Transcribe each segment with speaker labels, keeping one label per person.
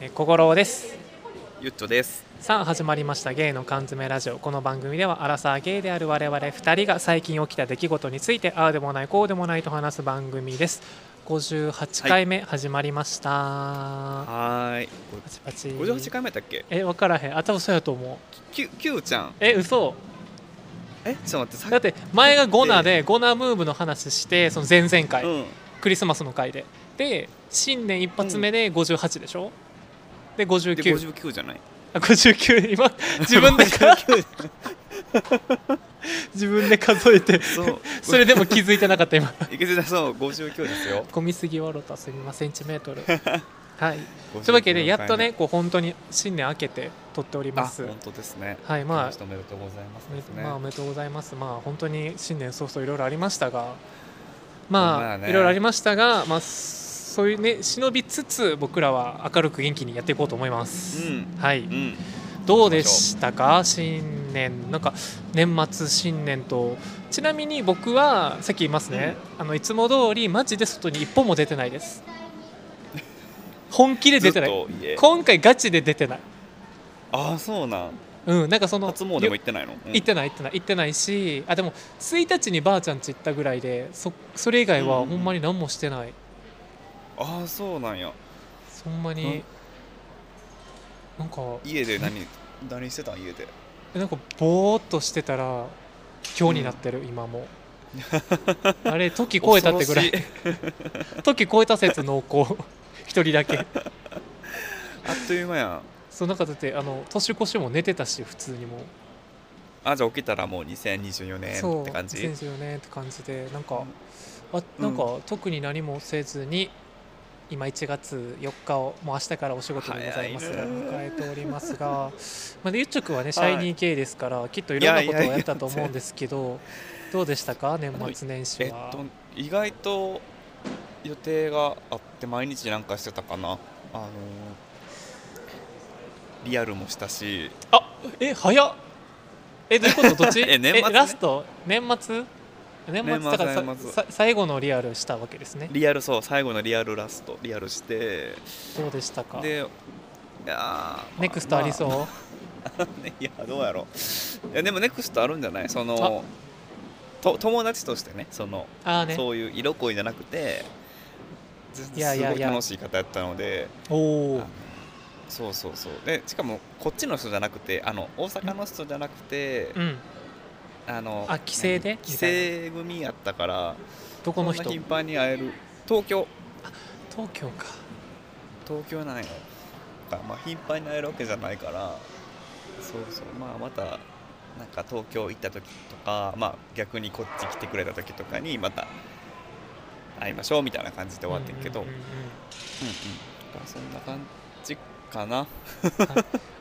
Speaker 1: えー心尾です
Speaker 2: ゆっちょです。
Speaker 1: さあ始まりました「ゲイの缶詰ラジオ」この番組ではアラサーゲイである我々2人が最近起きた出来事についてああでもないこうでもないと話す番組です58回目始まりました、
Speaker 2: はーい。
Speaker 1: パチパチ
Speaker 2: 五十八回目だっけ？
Speaker 1: え分からへんあ多分そうやと思う
Speaker 2: きゅきゅうちゃん。
Speaker 1: え嘘
Speaker 2: えちょっと待ってさ
Speaker 1: だって前がゴナでゴナムーブの話してその前々回、
Speaker 2: うん。
Speaker 1: クリスマスの回でで新年一発目で58でしょ、で
Speaker 2: で五
Speaker 1: 59
Speaker 2: 十九じゃない？
Speaker 1: あ59今自分で
Speaker 2: 59
Speaker 1: 自分で数えて
Speaker 2: そう。
Speaker 1: それでも気づいてなかった今
Speaker 2: いけずだそう五十九で すよ。
Speaker 1: 込みすぎ笑ったすみませんセンチメートルはい
Speaker 2: と
Speaker 1: というわけでやっとね。こう本当に新年明けて撮っており
Speaker 2: あ
Speaker 1: ます
Speaker 2: 本当ですね。
Speaker 1: はいまあ
Speaker 2: おめでとうございますですね。
Speaker 1: まあおめでとうございますまあ本当に新年早々いろいろありましたがまあ、
Speaker 2: まあね
Speaker 1: いろいろありましたがまあそういうね忍びつつ僕らは明るく元気にやっていこうと思います、
Speaker 2: うん
Speaker 1: はい、
Speaker 2: うん。
Speaker 1: どうでしたか新年なんか年末新年とちなみに僕はさっき言いますね、あのいつも通りマジで外に一歩も出てないです 本気で出てな
Speaker 2: ず
Speaker 1: い
Speaker 2: っと家
Speaker 1: 今回ガチで出てない
Speaker 2: あそうなん。
Speaker 1: うんなんかその
Speaker 2: 初詣も行ってないの？うん
Speaker 1: 行っ。てない行ってない行ってないしあでも1日にばあちゃんち行ったぐらいでそそれ以外は
Speaker 2: うん
Speaker 1: ほんまに何もしてない、
Speaker 2: あそうなんや。
Speaker 1: そんまに、なんか
Speaker 2: 家で 何何してたん家で？
Speaker 1: えなんかぼーっとしてたら今日になってる、今 もあれ時超えたってぐらい
Speaker 2: 恐ろし
Speaker 1: 時超えた説濃厚一人だけ
Speaker 2: あっという間やん。
Speaker 1: そうなんかだってあの年越しも寝てたし普通にもう
Speaker 2: あじゃあ起きたらもう2024
Speaker 1: そ
Speaker 2: 年
Speaker 1: う
Speaker 2: って感じ？
Speaker 1: 2014年って感じでなんか、あなんか特に何もせずに今1月4日をもう明日からお仕事でございます
Speaker 2: 早いね
Speaker 1: 迎えております が、まあ、でゆっちょくんはねシャイニー系ですから、きっといろんなことを
Speaker 2: いやいやいや
Speaker 1: やったと思うんですけどどうでしたか年末年始
Speaker 2: えっ
Speaker 1: は、
Speaker 2: と意外と予定があって毎日なんかしてたかなあのリアルもしたし
Speaker 1: あえ早っえどういうことどっち
Speaker 2: え年末ね
Speaker 1: ラスト年末年末
Speaker 2: 年末
Speaker 1: だからさ
Speaker 2: 年末
Speaker 1: さ最後のリアルしたわけですね
Speaker 2: リアルそう最後のリアルラストリアルして
Speaker 1: どうでしたか
Speaker 2: でいやー
Speaker 1: ネクストありそう、
Speaker 2: まあ ねいやどうやろういやでもネクストあるんじゃないそのと友達としてねその
Speaker 1: ああね
Speaker 2: そういう色恋じゃなくてずす
Speaker 1: いやい
Speaker 2: ご
Speaker 1: やい
Speaker 2: い
Speaker 1: や
Speaker 2: 楽しい方やったので
Speaker 1: お
Speaker 2: あ
Speaker 1: お
Speaker 2: のそうそうそうでしかもこっちの人じゃなくてあの大阪の人じゃなくて、
Speaker 1: うん
Speaker 2: あの
Speaker 1: あ帰省で
Speaker 2: 何帰省組やったから
Speaker 1: どこの人
Speaker 2: そんな頻繁に会える東京
Speaker 1: 東京か
Speaker 2: 東京なんやだからまあ頻繁に会えるわけじゃないからそうそうまあまたなんか東京行った時とかまあ逆にこっち来てくれた時とかにまた会いましょうみたいな感じで終わってんけど、
Speaker 1: う
Speaker 2: うん
Speaker 1: う
Speaker 2: うん
Speaker 1: うんうん
Speaker 2: だからそんな感じかな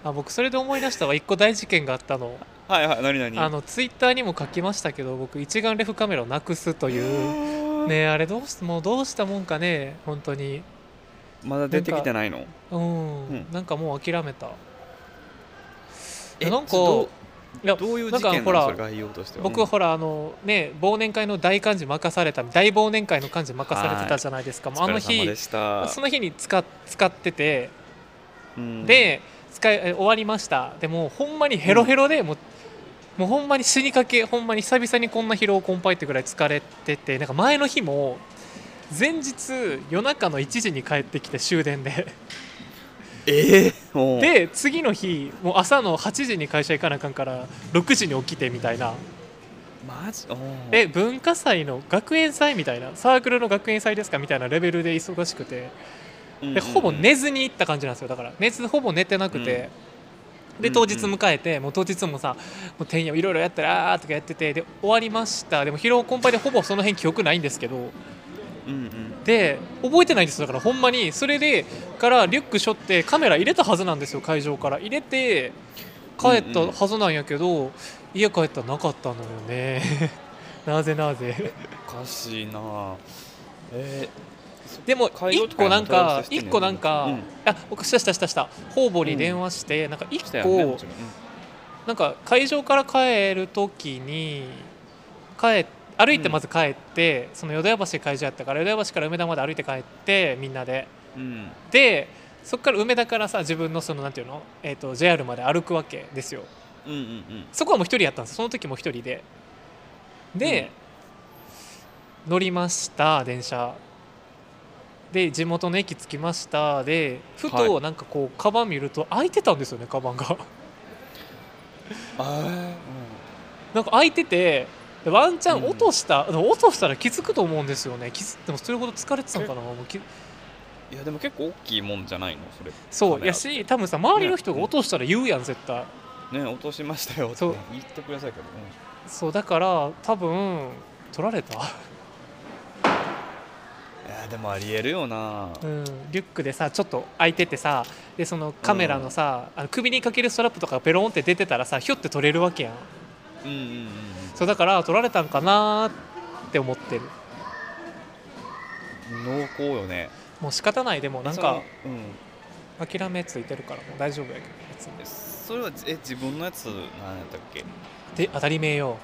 Speaker 1: あ僕それで思い出したわ一個大事件があったの
Speaker 2: はいはい何何
Speaker 1: あのツイッターにも書きましたけど僕一眼レフカメラをなくすという
Speaker 2: う
Speaker 1: ねあれどうしもうどうしたもんかね本当に
Speaker 2: まだ出てきてないの
Speaker 1: うん、
Speaker 2: うん
Speaker 1: なんかもう諦めた
Speaker 2: え
Speaker 1: なんか
Speaker 2: ど
Speaker 1: いや
Speaker 2: うどういう
Speaker 1: な
Speaker 2: 事
Speaker 1: んか
Speaker 2: 件
Speaker 1: ほ
Speaker 2: な
Speaker 1: ら
Speaker 2: のそれ概要としては
Speaker 1: 僕はほらあのね忘年会の大幹事任された大忘年会の幹事任されてたじゃないですかもうあの
Speaker 2: お疲れ様
Speaker 1: 日
Speaker 2: でした
Speaker 1: その日に使っ使ってて
Speaker 2: うん
Speaker 1: で使いえ終わりましたでもうほんまにヘロヘロで、もうもうほんまに死にかけほんまに久々にこんな疲労困憊ってぐらい疲れててなんか前の日も前日夜中の1時に帰ってきて終電で
Speaker 2: ええもう
Speaker 1: で次の日もう朝の8時に会社行かなあかんから6時に起きてみたいな
Speaker 2: マジおう
Speaker 1: え文化祭の学園祭みたいなサークルの学園祭ですかみたいなレベルで忙しくて
Speaker 2: うんうんう
Speaker 1: で
Speaker 2: ん
Speaker 1: ほぼ寝ずに行った感じなんですよだから寝ずほぼ寝てなくて、
Speaker 2: うん
Speaker 1: で
Speaker 2: うん
Speaker 1: 当日迎えて、もう当日もさもうてんやいろいろやったらあーとかやっててで終わりましたでも疲労困憊でほぼその辺記憶ないんですけど
Speaker 2: うんうん
Speaker 1: で覚えてないんですよだからほんまにそれでからリュック背負ってカメラ入れたはずなんですよ会場から入れて帰った
Speaker 2: うんうん
Speaker 1: はずなんやけど、家帰ったらなかったのよね なぜなぜ
Speaker 2: おかしいなえ
Speaker 1: でも
Speaker 2: 会場
Speaker 1: 一
Speaker 2: とか
Speaker 1: 個
Speaker 2: にも
Speaker 1: なんか
Speaker 2: 対応してん
Speaker 1: 一
Speaker 2: ねん
Speaker 1: 個なんか、
Speaker 2: うん
Speaker 1: あ僕したしたしたした方々に電話して、なんか一
Speaker 2: した
Speaker 1: 個、
Speaker 2: よねもちろん
Speaker 1: なんか会場から帰る時に帰歩いてまず帰って、その淀屋橋会場やったから淀屋橋から梅田まで歩いて帰ってみんなで
Speaker 2: うんうん
Speaker 1: でそっから梅田からさ自分のそのなんていうの、えー、と JR まで歩くわけですよ
Speaker 2: うんうんうん
Speaker 1: そこはもう一人やったんですその時も一人でで、乗りました電車で地元の駅着きましたでふ
Speaker 2: は
Speaker 1: となんかこうカバン見ると開いてたんですよねカバンが
Speaker 2: あ
Speaker 1: なんか開いててでワンチャ
Speaker 2: う
Speaker 1: ン
Speaker 2: ん
Speaker 1: 落とした、でも落としたら気づくと思うんですよね気づでもそれほど疲れてたのかなもうき
Speaker 2: あいやでも結構大きいもんじゃないのそれ
Speaker 1: そ
Speaker 2: カメ
Speaker 1: う
Speaker 2: ラ
Speaker 1: やし多分さ周りの人が落としたら言うやん絶対
Speaker 2: ね落としましたよって
Speaker 1: そう
Speaker 2: 言ってくださいけどね
Speaker 1: そうだから多分取られた、
Speaker 2: いやでもありえるよな
Speaker 1: うん、リュックでさちょっと開いててさでそのカメラのさ、あの首にかけるストラップとかペロンって出てたらさひょって取れるわけやん
Speaker 2: うんうんうん
Speaker 1: そうだから取られたんかなーって思ってる
Speaker 2: うん濃厚よね
Speaker 1: もう仕方ないでもなん
Speaker 2: そ
Speaker 1: か
Speaker 2: のうん
Speaker 1: 諦めついてるからもう大丈夫やけど別に
Speaker 2: それはえ自分のやつなんやったっけ
Speaker 1: で当たり前よ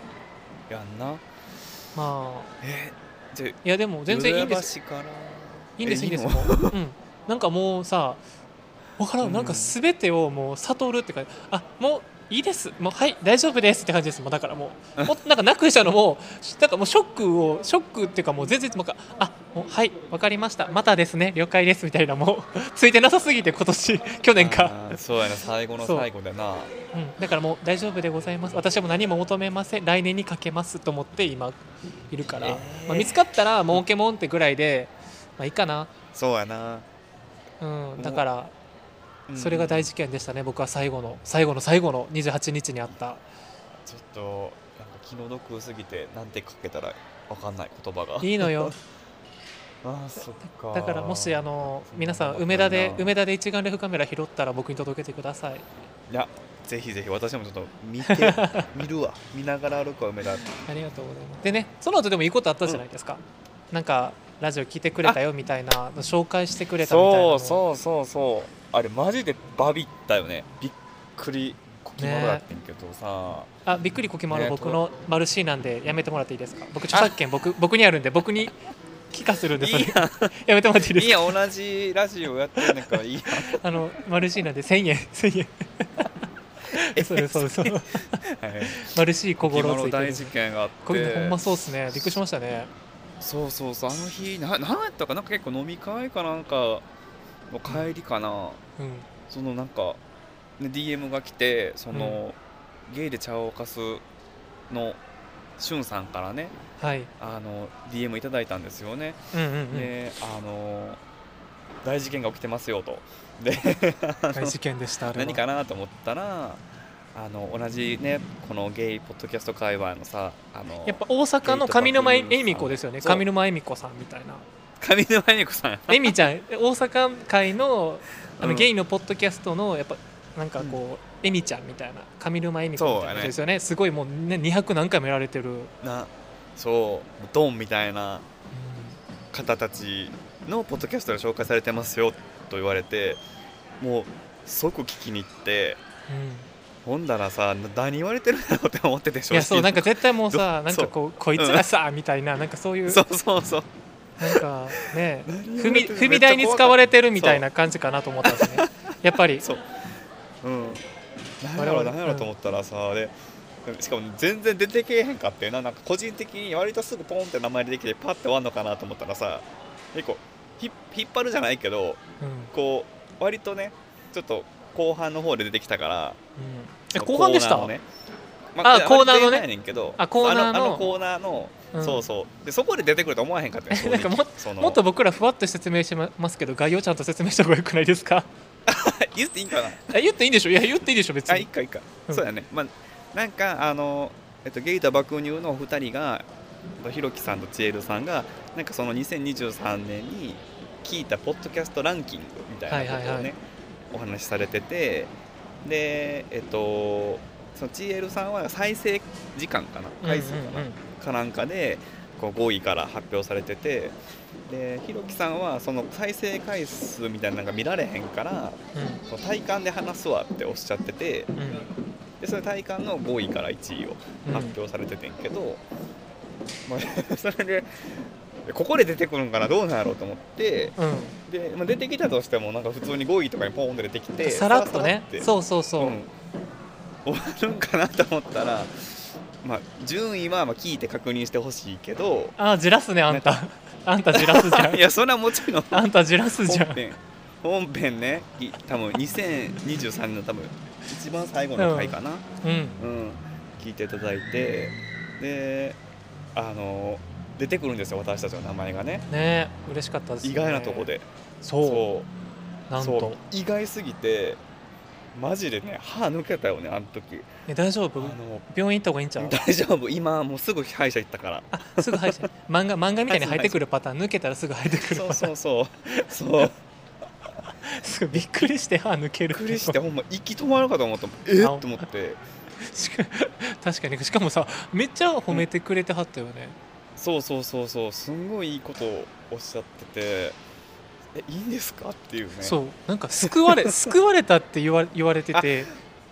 Speaker 2: やんな
Speaker 1: まあ
Speaker 2: えじゃあ
Speaker 1: いやでも全然いいんです
Speaker 2: ヨドバシから
Speaker 1: いいんです
Speaker 2: え
Speaker 1: いいんです
Speaker 2: の
Speaker 1: もう、うん、なんかもうさわから
Speaker 2: うんん
Speaker 1: なんか全てをもう悟るって感じあもういいですもうはい大丈夫ですって感じですもうだからも うもうなんかなくしたのもなんかもうショックをショックっていうかもう全然なんかあもうはいわかりましたまたですね了解ですみたいなもうついてなさすぎて今年去年か、
Speaker 2: あーそうやな最後の
Speaker 1: そう
Speaker 2: 最後だな
Speaker 1: うん、だからもう大丈夫でございます私はもう何も求めません来年にかけますと思って今いるから、
Speaker 2: えー
Speaker 1: まあ、見つかったら儲けもんってぐらいでまあいいかな
Speaker 2: そうやな
Speaker 1: うん、だから
Speaker 2: うん
Speaker 1: それが大事件でしたね、僕は最後の最後の最後の28日にあった
Speaker 2: ちょっとなんか気の毒すぎてなんてかけたらわかんない言葉が
Speaker 1: いいのよ
Speaker 2: あーそっか
Speaker 1: だからもしあの皆さん
Speaker 2: そう
Speaker 1: 梅田で
Speaker 2: わかんない
Speaker 1: 梅田で一眼レフカメラ拾ったら僕に届けてください
Speaker 2: ないやぜひぜひ私もちょっと見て 見るわ見ながら歩くわ梅田
Speaker 1: ありがとうございますでねその後でもいいことあったじゃないですか、なんかラジオ聞いてくれたよみたいな紹介してくれたみたいな
Speaker 2: そ
Speaker 1: の
Speaker 2: うそうそうそうあれマジでバビったよねびっくりこきまろだってんけどさ、
Speaker 1: あびっくりこきまる
Speaker 2: ね
Speaker 1: 僕のマルシーなんでやめてもらっていいですか僕著作権僕僕にあるんで僕に帰化するんでそれやめてもらっていいで
Speaker 2: い
Speaker 1: す
Speaker 2: い
Speaker 1: か
Speaker 2: や同じラジオやってんだからいいや
Speaker 1: あのマルシーなんで1000円1000円 そうですそうですそうです
Speaker 2: はい
Speaker 1: マルシー小
Speaker 2: こき
Speaker 1: 五郎
Speaker 2: ま
Speaker 1: つ
Speaker 2: ろ
Speaker 1: いて
Speaker 2: 大
Speaker 1: る
Speaker 2: 事件があって
Speaker 1: これほんまそうですねびっくりしましたね
Speaker 2: そうそうそうあの日な何やったかなんか結構飲み会かなんかの帰りかな、
Speaker 1: うん
Speaker 2: そのなんか、ね、DM が来てその、ゲイで茶を沸かすのしゅんさんからね
Speaker 1: はい
Speaker 2: あの DM いただいたんですよね、
Speaker 1: うんうんうん
Speaker 2: であの大事件が起きてますよとで
Speaker 1: 大事件でしたあれは
Speaker 2: 何かなと思ったらあの同じねこのゲイポッドキャスト界隈のさあの
Speaker 1: やっぱ大阪の上沼恵美子ですよね
Speaker 2: そう
Speaker 1: 上沼恵美子さんみたいな
Speaker 2: 上沼恵美子さん
Speaker 1: 恵美ち ゃん大阪界のあの
Speaker 2: うん
Speaker 1: ゲイのポッドキャストのやっぱなんかこう恵美ちゃんみたいな上沼恵美子みたいな
Speaker 2: そ
Speaker 1: 人
Speaker 2: うやね
Speaker 1: ですよねすごいもうね200何回もやられてるうん
Speaker 2: なそうドンみたいな方たちのポッドキャストが紹介されてますよと言われてもう即聞きに行って
Speaker 1: うん
Speaker 2: ほんだらさな何言われてるんだろうって思ってて
Speaker 1: いやそうなん
Speaker 2: か
Speaker 1: か絶対もうさ
Speaker 2: ど
Speaker 1: なんかこうこいつらさみたいななんかそういう
Speaker 2: そうそうそう
Speaker 1: なんかね 踏み踏み
Speaker 2: 何言われてる
Speaker 1: 台に使われてるみたいな感じかなと思ったん ですね。やっぱり
Speaker 2: そううん何やろ
Speaker 1: 我々
Speaker 2: 何やろと思ったらさでしかも全然出てけえへんかっていうななんか個人的に割とすぐポンって名前でできてパッて終わんのかなと思ったらさ結構ひ引っ張るじゃないけど
Speaker 1: うん
Speaker 2: こう割とねちょっと後半の方で出てきたから
Speaker 1: うんえ後半でした
Speaker 2: コーナーのね
Speaker 1: あ
Speaker 2: ま
Speaker 1: コーナーのね
Speaker 2: 前半やんけど
Speaker 1: あコーナーの
Speaker 2: ああコーナーの、
Speaker 1: うん
Speaker 2: そうそうでそこで出てくると思わへんかったよ正
Speaker 1: なん
Speaker 2: 直
Speaker 1: かも
Speaker 2: その
Speaker 1: もっと僕らふわっと説明しますけど概要ちゃんと説明した方がよくないです か
Speaker 2: 言っていいんかな
Speaker 1: え言っていいんでしょいや言っていいでしょ別
Speaker 2: あいい
Speaker 1: に、
Speaker 2: かいいか、
Speaker 1: うん
Speaker 2: そうやねまあなんかあの、えっと、ゲイタ爆乳のお二人がえっとひろきさんとちえるさんがなんかその2023年に聞いたポッドキャストランキングみたいなことをね、
Speaker 1: はいはいはい
Speaker 2: お話しされててでえっとそのちえるさんは再生時間かな回数かな、
Speaker 1: うんうんうん
Speaker 2: かなんかでこう5位から発表されててでひろきさんはその再生回数みたいなのが見られへんからその体感で話すわっておっしゃってて
Speaker 1: うんうん
Speaker 2: でその体感の5位から1位を
Speaker 1: うん
Speaker 2: 発表されててんけど、まあそれでここで出てくるんかなどうなんやろうと思って
Speaker 1: う
Speaker 2: で、まあ、出てきたとしてもなんか普通に5位とかにポーンと出てきて
Speaker 1: ん、さらっとね
Speaker 2: う
Speaker 1: そうそうそう、
Speaker 2: ん、終わるんかなと思ったら、まあ、順位はまあ聞いて確認してほしいけど
Speaker 1: ああじらすねあんた あんたじらすじゃん
Speaker 2: いやそれはもちろん
Speaker 1: あんたじらすじゃ
Speaker 2: 本
Speaker 1: ん
Speaker 2: 編本編ねい多分2023年の多分一番最後の回かな、
Speaker 1: うん
Speaker 2: うん、聞いていただいてであの出てくるんですよ私たちの名前がね
Speaker 1: ねえ嬉しかったです、ね、
Speaker 2: 意外なとこで
Speaker 1: そう
Speaker 2: そう
Speaker 1: なん
Speaker 2: そう
Speaker 1: と
Speaker 2: 意外すぎてマジでね歯抜けたよねあの時
Speaker 1: え大丈
Speaker 2: あ
Speaker 1: 夫
Speaker 2: の
Speaker 1: 病院行った方がいいんちゃう
Speaker 2: 大丈夫今もうすぐ歯医者行ったから
Speaker 1: あすぐ入って漫画漫画みたいに入ってくるパターン抜けたらすぐ入ってくる
Speaker 2: そう
Speaker 1: パター
Speaker 2: そ
Speaker 1: ン
Speaker 2: うそうそう
Speaker 1: すぐびっくりして歯抜け
Speaker 2: び
Speaker 1: る
Speaker 2: っくりしてほんま息止まるかと思ったもんえっ
Speaker 1: あ
Speaker 2: と思って
Speaker 1: しか確かにしかもさめっちゃ褒めてくれてはったよね、
Speaker 2: そうそうそうそうすんごいいいことをおっしゃっててえいいんですかっていうね
Speaker 1: そうなんか救わ れ救われたって言わ言われてて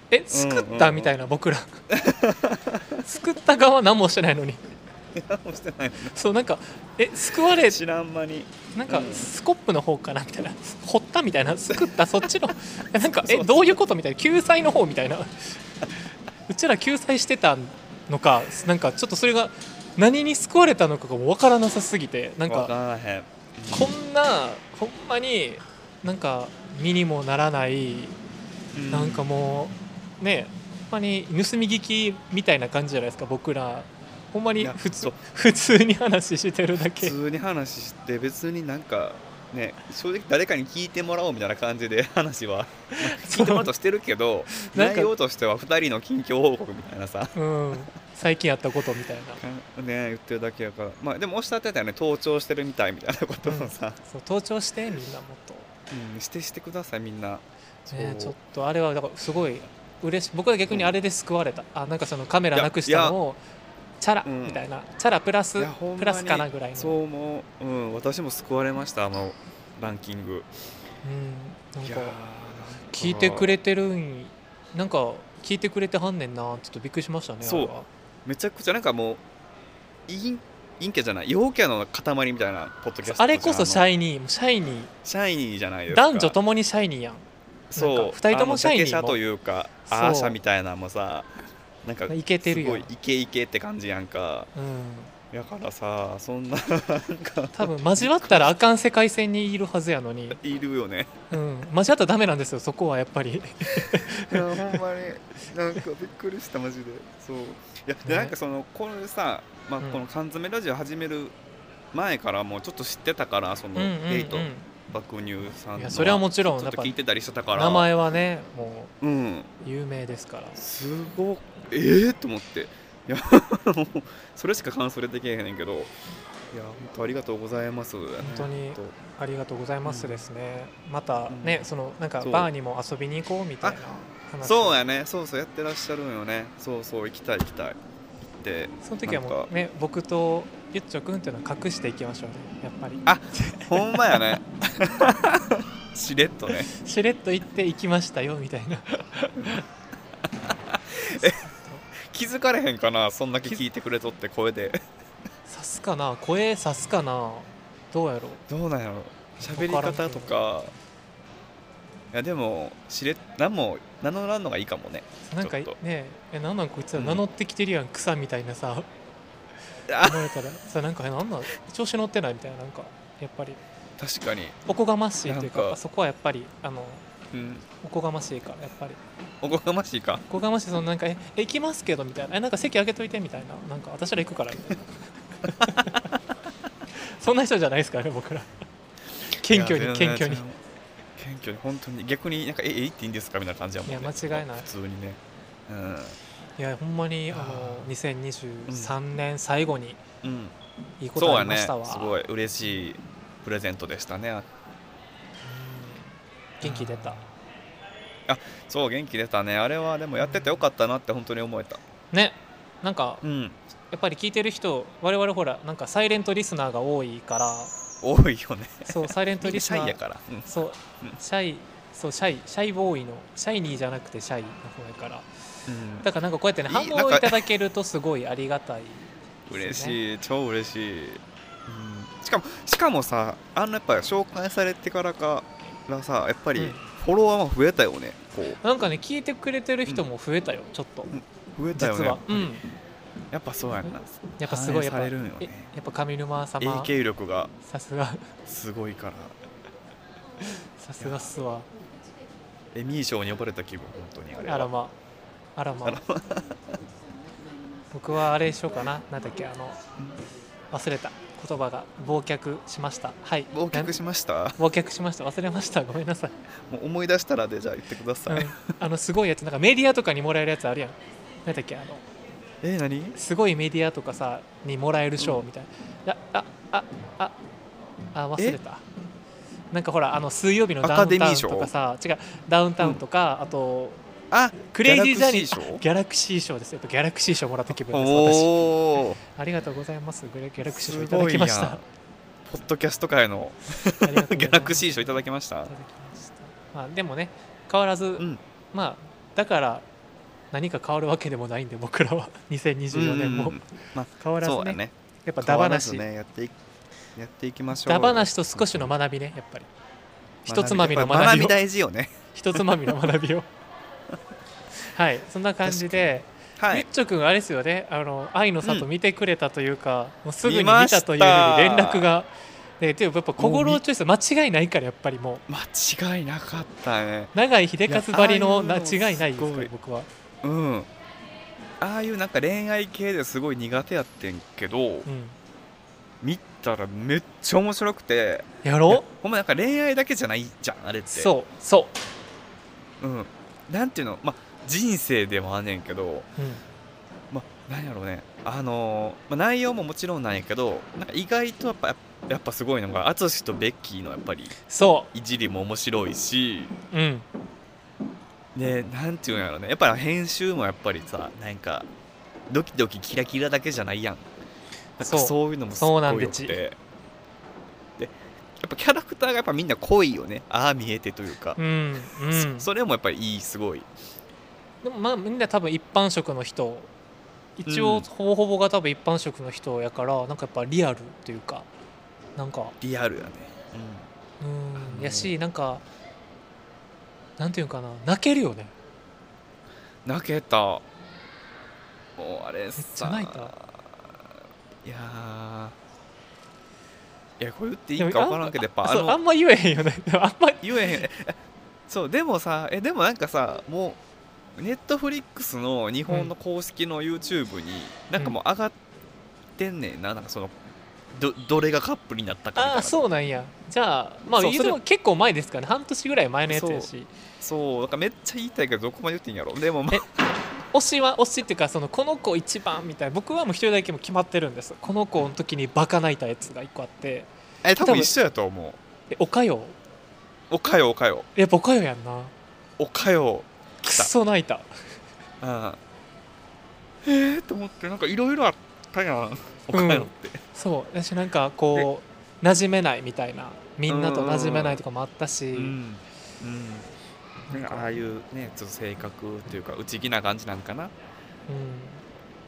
Speaker 1: え救
Speaker 2: うん
Speaker 1: っ
Speaker 2: うんう
Speaker 1: た
Speaker 2: ん
Speaker 1: みたいな僕 ら救った側何もしてないのに
Speaker 2: 何も してない
Speaker 1: そうなんかえ救われ
Speaker 2: 知らん間に
Speaker 1: なんか
Speaker 2: うん
Speaker 1: スコップの方かなみたいな 掘ったみたいな救ったそっち のなんか
Speaker 2: そうそ
Speaker 1: え
Speaker 2: う
Speaker 1: どういうことみたいな救済の方みたいな うちら救済してたのかなんかちょっとそれが何に救われたのかが分からなさすぎてなん
Speaker 2: 分か
Speaker 1: から
Speaker 2: へん
Speaker 1: こんなほんまになんか身にもならないなんかもうねほんまに盗み聞きみたいな感じじゃないですか僕らほんま
Speaker 2: い
Speaker 1: に
Speaker 2: や
Speaker 1: 普通
Speaker 2: そう
Speaker 1: 普通に話してるだ
Speaker 2: 普
Speaker 1: け
Speaker 2: 通に話して別になんかね正直誰かに聞いてもらおうみたいな感じで 話は聞いてもらおうとしてるけど
Speaker 1: なんか
Speaker 2: 内容としては2人の近況報告みたいなさ
Speaker 1: うん最近やったことみたいな
Speaker 2: かね言ってるだけやからまあでもおっしゃってたよね盗聴してるみたいみたいなことをさ、
Speaker 1: そう盗聴してみんなもっ
Speaker 2: うん、してしてくださいみんな
Speaker 1: と、
Speaker 2: そう
Speaker 1: ね、ちょっとあれはだからすごい嬉しい僕は逆にあれで救われた、あなんかそのカメラなくしたのをチャラ
Speaker 2: うん
Speaker 1: みたいな、チャラプラス
Speaker 2: いやほんまに
Speaker 1: プラスかなぐらいの
Speaker 2: そう思う、うん、私も救われましたあのランキング
Speaker 1: うんなん
Speaker 2: いや
Speaker 1: か
Speaker 2: ーなんか
Speaker 1: 聞いてくれてるんなんか聞いてくれてはんねんなちょっとびっくりしましたね
Speaker 2: そう
Speaker 1: あれは
Speaker 2: めちゃくちゃなんかもう陰陰キャじゃない陽キャの塊みたいなポッドキャストじゃん
Speaker 1: あれこそ
Speaker 2: の
Speaker 1: シャイニーもうシャイニー
Speaker 2: シャイニーじゃないですか
Speaker 1: 男女ともにシャイニーやんなん
Speaker 2: そう
Speaker 1: か二人ともシャイニーも
Speaker 2: あのジャケ写というか
Speaker 1: そう
Speaker 2: アーシャみたいなのもさなんか
Speaker 1: いけてるよ
Speaker 2: すごいイケイケって感じやんか
Speaker 1: うん
Speaker 2: やからさそんななんか
Speaker 1: 多分交わったらあかん世界線にいるはずやのに、
Speaker 2: いるよね
Speaker 1: うん、交わったらダメなんですよそこはやっぱり
Speaker 2: いやほんまになんかびっくりしたマジでそういやで
Speaker 1: ね
Speaker 2: なんかそのこれさ、まあ、
Speaker 1: うん
Speaker 2: この缶詰ラジオ始める前からもうちょっと知ってたからその
Speaker 1: うんうん、うん
Speaker 2: デイト爆乳さんの
Speaker 1: いやそれはもちろん
Speaker 2: ちょっと
Speaker 1: やっぱ
Speaker 2: 聞いてたりしてたから
Speaker 1: 名前はねも
Speaker 2: うん
Speaker 1: う有名ですから
Speaker 2: すごっええと思っていや もうそれしか感想でできへんねんけどいや本当ありがとうございます本
Speaker 1: 当にありがとうございますですね、また
Speaker 2: うん
Speaker 1: ねそのなんか
Speaker 2: そう
Speaker 1: バーにも遊びに行こうみたいな話
Speaker 2: そうやねそうそうやってらっしゃるんよねそうそう行きたい行きたい行って
Speaker 1: その時は
Speaker 2: なん
Speaker 1: も
Speaker 2: か
Speaker 1: うね僕とゆっちょくんっていうのは隠していきましょうねやっぱり
Speaker 2: あほんまやねしれっとね
Speaker 1: しれっと行って行きましたよみたいな
Speaker 2: 気づかれへんかなそんだけ聞いてくれとって声で
Speaker 1: 刺すかな声刺すかなどうやろう
Speaker 2: どうなんやろ喋り方とかいやでもしれ何も名乗らんのがいいかもね
Speaker 1: なんか
Speaker 2: ちょっと
Speaker 1: ねえなんなんこいつら名乗ってきてるやん、草みたいなさ
Speaker 2: あ
Speaker 1: 思われたらさなんかえなんなん調子乗ってないみたいななんかやっぱり
Speaker 2: 確かに、
Speaker 1: おこがましいというか
Speaker 2: なんか
Speaker 1: そこはやっぱりあの
Speaker 2: うん、
Speaker 1: おこがましいからやっぱり
Speaker 2: おこがましいか
Speaker 1: おこがましいそのなんかええ行きますけどみたいなえなんか席開けといてみたいななんか私ら行くからみ たいなそんな人じゃないですからね僕ら謙虚
Speaker 2: いや
Speaker 1: に
Speaker 2: 全
Speaker 1: 謙虚
Speaker 2: 然
Speaker 1: に
Speaker 2: 違う謙虚に本当に逆になんかえええ行っていいんですかみたいな感じやもんね
Speaker 1: いや間違いない
Speaker 2: 普通にねうん
Speaker 1: いやほんまにあの2023年最後に
Speaker 2: うん、
Speaker 1: いいこと
Speaker 2: そう
Speaker 1: あ
Speaker 2: や
Speaker 1: りま
Speaker 2: ね
Speaker 1: したわ、
Speaker 2: すごい嬉しいプレゼントでしたね
Speaker 1: 元気出た
Speaker 2: そう元気出たねあれはでもやっててよかったなって本当に思えた
Speaker 1: ねなんか
Speaker 2: うん
Speaker 1: やっぱり聞いてる人我々ほらなんかサイレントリスナーが多いから
Speaker 2: 多いよ ね
Speaker 1: そうサイレントリス
Speaker 2: シ
Speaker 1: ナ
Speaker 2: ャイ
Speaker 1: ー
Speaker 2: やから、うん
Speaker 1: そう
Speaker 2: うん
Speaker 1: シャイそうシャイシャイボーイのシャイニーじゃなくてシャイの方やからだからなんかこうやってね
Speaker 2: いい
Speaker 1: 反応をいただけるとすごいありがたい
Speaker 2: 嬉しい超嬉しい、うんしかもしかもさあのやっぱ紹介されてからからさやっぱ
Speaker 1: うん
Speaker 2: りフォロワーは増えたよねこ
Speaker 1: なんかね聞いてくれてる人も増えたよちょっと
Speaker 2: う増えたよ
Speaker 1: 実
Speaker 2: ね
Speaker 1: はうん
Speaker 2: やっぱそうやんな
Speaker 1: やっぱすごいやっ
Speaker 2: 反
Speaker 1: ぱ
Speaker 2: 映されるんよ
Speaker 1: え
Speaker 2: ね
Speaker 1: やっぱ上沼様
Speaker 2: 影響力が
Speaker 1: さすが
Speaker 2: すごいから
Speaker 1: さすがっすわ
Speaker 2: エミー賞に呼ばれた気分本当にあれは
Speaker 1: あらまあらま
Speaker 2: あら
Speaker 1: 僕はあれしようかななんだっけあの忘れた言葉が忘却しましたはい
Speaker 2: 忘却
Speaker 1: し
Speaker 2: しました
Speaker 1: 忘却しました忘れましたごめんなさい、
Speaker 2: もう思い出したらでじゃあ言ってください、
Speaker 1: うんあのすごいやつなんかメディアとかにもらえるやつあるやんなんだっけあの
Speaker 2: え何
Speaker 1: すごいメディアとかさにもらえる賞みたいな、あああああ忘れたなんかほらあの水曜日のダウ
Speaker 2: アカ
Speaker 1: ン
Speaker 2: デミ
Speaker 1: タウ
Speaker 2: ー
Speaker 1: ン
Speaker 2: 賞
Speaker 1: とかさ違うダウンタウンとか、あと
Speaker 2: あ
Speaker 1: クレイジージャーニー
Speaker 2: ギャラクシー賞
Speaker 1: ギャラクシー賞ですやっぱギャラクシー賞もらった気分です私
Speaker 2: おお
Speaker 1: ありがとうございますギャラギャラクシー賞
Speaker 2: す
Speaker 1: いただ
Speaker 2: ご
Speaker 1: き
Speaker 2: い
Speaker 1: ま
Speaker 2: や
Speaker 1: し
Speaker 2: ん
Speaker 1: た
Speaker 2: ポッドキャスト界の
Speaker 1: ありがとうございます
Speaker 2: ギャラクシー賞いただきまし
Speaker 1: い
Speaker 2: た
Speaker 1: ただきましたまあでもね変わらず、
Speaker 2: ん
Speaker 1: まあだから何か変わるわけでもないんで僕らは2024年も
Speaker 2: うん
Speaker 1: 変わらずね
Speaker 2: そうやね
Speaker 1: やっぱダ
Speaker 2: 変わら
Speaker 1: 話
Speaker 2: ずねやっていやっていきましょう
Speaker 1: ダ話と少しの学びねやっぱりひとつまみの
Speaker 2: やっぱ
Speaker 1: 学び
Speaker 2: 学び
Speaker 1: を
Speaker 2: 大事よ ね
Speaker 1: ひとつまみの学びをはいそんな感じで
Speaker 2: は
Speaker 1: ゆっ
Speaker 2: い
Speaker 1: ちょくんあれですよねあの愛の里
Speaker 2: うん
Speaker 1: 見てくれたというか、もうすぐに見
Speaker 2: 見ました
Speaker 1: たというより連絡がでていうかやっぱ小五
Speaker 2: もう
Speaker 1: 郎
Speaker 2: み
Speaker 1: チョイス間違いないからやっぱりも
Speaker 2: 間違いなかったね
Speaker 1: う永井秀和ばりの
Speaker 2: い
Speaker 1: な
Speaker 2: やああ
Speaker 1: 違
Speaker 2: いうの
Speaker 1: いないです
Speaker 2: す
Speaker 1: か
Speaker 2: ご
Speaker 1: ら
Speaker 2: い
Speaker 1: 僕は、
Speaker 2: うんああいうなんか恋愛系ですごい苦手やってんけど
Speaker 1: うん、
Speaker 2: 見たらめっちゃ面白くて
Speaker 1: やろう
Speaker 2: ほんまなんか恋愛だけじゃないじゃんあれって、
Speaker 1: そうそう
Speaker 2: ん、なんていうのまあ人生でもあんねんけど
Speaker 1: う、うん、
Speaker 2: まあ、なんやろうねあのーまあ、内容ももちろんなんやけどなんか意外とやっぱやっぱすごいのが淳とベッキーのやっぱり
Speaker 1: そ
Speaker 2: いじりも面白いし
Speaker 1: ううん
Speaker 2: ねなんていうんやろうねやっぱ編集もやっぱりさなんかドキドキキラキラだけじゃないやんなん
Speaker 1: そ
Speaker 2: か
Speaker 1: う
Speaker 2: そういうのもすっ
Speaker 1: そ
Speaker 2: ご
Speaker 1: う
Speaker 2: い
Speaker 1: なんで
Speaker 2: よくてでやっぱキャラクターがやっぱみんな濃いよねああ見えてというか、
Speaker 1: うんうん
Speaker 2: そそれもやっぱりいいすごい
Speaker 1: でもまあみんな多分一般職の人一応
Speaker 2: うん
Speaker 1: ほぼほぼが多分一般職の人やから、なんかやっぱリアルというかなんか
Speaker 2: リアルやね、
Speaker 1: う
Speaker 2: あ
Speaker 1: ん
Speaker 2: の
Speaker 1: やしなんかなんていうんかな泣けるよね
Speaker 2: うん、泣けたもうあれさ
Speaker 1: めっちゃ泣いた
Speaker 2: いやーいやこれ言っていいか分からんけどやっぱ
Speaker 1: あ
Speaker 2: あ
Speaker 1: そう
Speaker 2: の
Speaker 1: あんま言えへんよね あんま
Speaker 2: 言えへんえそうでもさえでもなんかさもうネットフリックスの日本の公式の YouTube に、なんかもう上がってんねんななんかそのどどれがカップルになったかみたい
Speaker 1: あ
Speaker 2: な
Speaker 1: あそうなんやじゃあまあ
Speaker 2: そう
Speaker 1: 言うても
Speaker 2: そ
Speaker 1: 結構前ですかね半年ぐらい前のやつやし
Speaker 2: そうなんかめっちゃ言いたいけどどこまで言っていいんやろでもま
Speaker 1: え推しは推しっていうかそのこの子一番みたいな僕はもう一人だけもう決まってるんですこの子の時にバカ泣いたやつが一個あって
Speaker 2: え多
Speaker 1: 多分
Speaker 2: 分一緒やと思う
Speaker 1: えおかよ
Speaker 2: おかよおかよ
Speaker 1: やっぱおかよやんな
Speaker 2: おかよ
Speaker 1: くっそ泣いた
Speaker 2: うんえー、と思ってなんかいろいろあったやんおかよって、
Speaker 1: そう私なんかこう馴染めないみたいなみんなと馴染めないとかもあったし、
Speaker 2: うんうん、ああいうねちょっと性格というか内気な感じなんかな
Speaker 1: う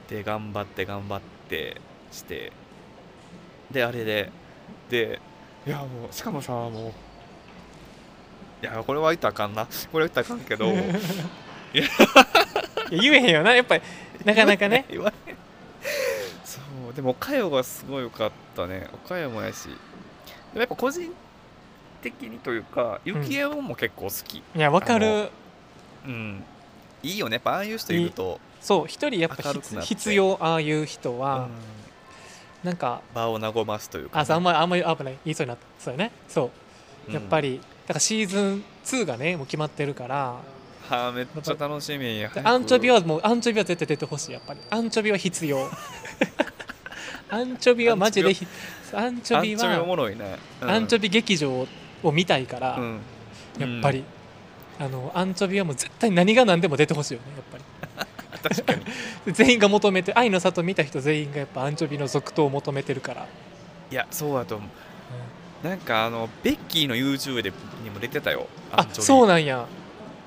Speaker 2: で頑張って頑張ってしてであれででいやもうしかもさもういやこれは言ったらあかんなこれは言ったらあかんけど
Speaker 1: ん、いや言えへんよなやっぱりなかなかね
Speaker 2: 言われへんそうでも岡山がすごい良かったね岡山やしでもやっぱ個人的にというか雪山も結構好き、
Speaker 1: いやわか
Speaker 2: あ
Speaker 1: る
Speaker 2: うん、いいよねやっぱああいう人いると、
Speaker 1: そう一人やっぱ
Speaker 2: 明るく
Speaker 1: 必
Speaker 2: なって
Speaker 1: 必要ああいう人
Speaker 2: う
Speaker 1: は
Speaker 2: ん、
Speaker 1: なんか
Speaker 2: 場を和ますというかね、
Speaker 1: あそうあんまりあんまり危ない言いそうになったそうよねそうやっぱ
Speaker 2: り、
Speaker 1: り、だからシーズン2がねもう決まってるから
Speaker 2: はあめっちゃ楽しみ
Speaker 1: で
Speaker 2: 早く
Speaker 1: アンチョビはもうアンチョビは絶対出てほしいやっぱりアンチョビは必 要アンチョビはマジでひアンチョビ
Speaker 2: アンチョビお
Speaker 1: は
Speaker 2: もろいね、
Speaker 1: アンチョビ
Speaker 2: ビ
Speaker 1: 劇場を見たいから、
Speaker 2: うん
Speaker 1: やっぱり、あのアンチョビはもう絶対何が何でも出てほしいよねやっぱり
Speaker 2: 確かに
Speaker 1: 全員が求めて愛の里見た人全員がやっぱアンチョビの続投を求めてるから、
Speaker 2: いやそうだと思うなんかあのベッキーの YouTube でにも出てたよア
Speaker 1: あ
Speaker 2: ンチョビ
Speaker 1: そうなんや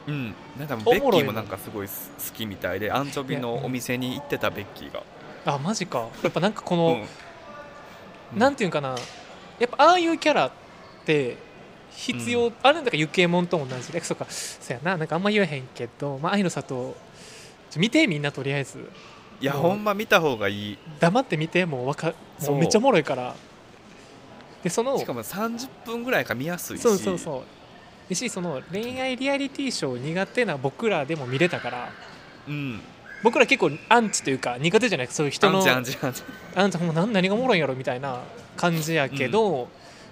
Speaker 2: うん、なんかもう
Speaker 1: お
Speaker 2: ベ
Speaker 1: も
Speaker 2: ッ
Speaker 1: ろ
Speaker 2: キ
Speaker 1: い
Speaker 2: ー
Speaker 1: な
Speaker 2: もなんかすごい好きみたいでアンチョビのお店に行ってたベッキーが、
Speaker 1: あマジかやっぱなんかこ
Speaker 2: う
Speaker 1: の
Speaker 2: ん、
Speaker 1: なんていうんかなやっぱああいうキャラって必要、あれなんだかゆけもんとも同じでそうかそうやななんかあんま言えへんけど、まあ、愛の里ちょ見てみんなとりあえず
Speaker 2: いや
Speaker 1: もう
Speaker 2: ほんま見た方がいい
Speaker 1: 黙って見てもうわか
Speaker 2: そ
Speaker 1: も
Speaker 2: う
Speaker 1: うめっちゃおもろいからでその
Speaker 2: しかも30分ぐらいが見やすいし
Speaker 1: そうそうそうだしその恋愛リアリティショー苦手な僕らでも見れたから
Speaker 2: うん
Speaker 1: 僕ら結構アンチというか苦手じゃないそういう人
Speaker 2: あ
Speaker 1: の
Speaker 2: んじゃんじゃんじ
Speaker 1: あんたもう何何がおもろいんやろみたいな感じやけど、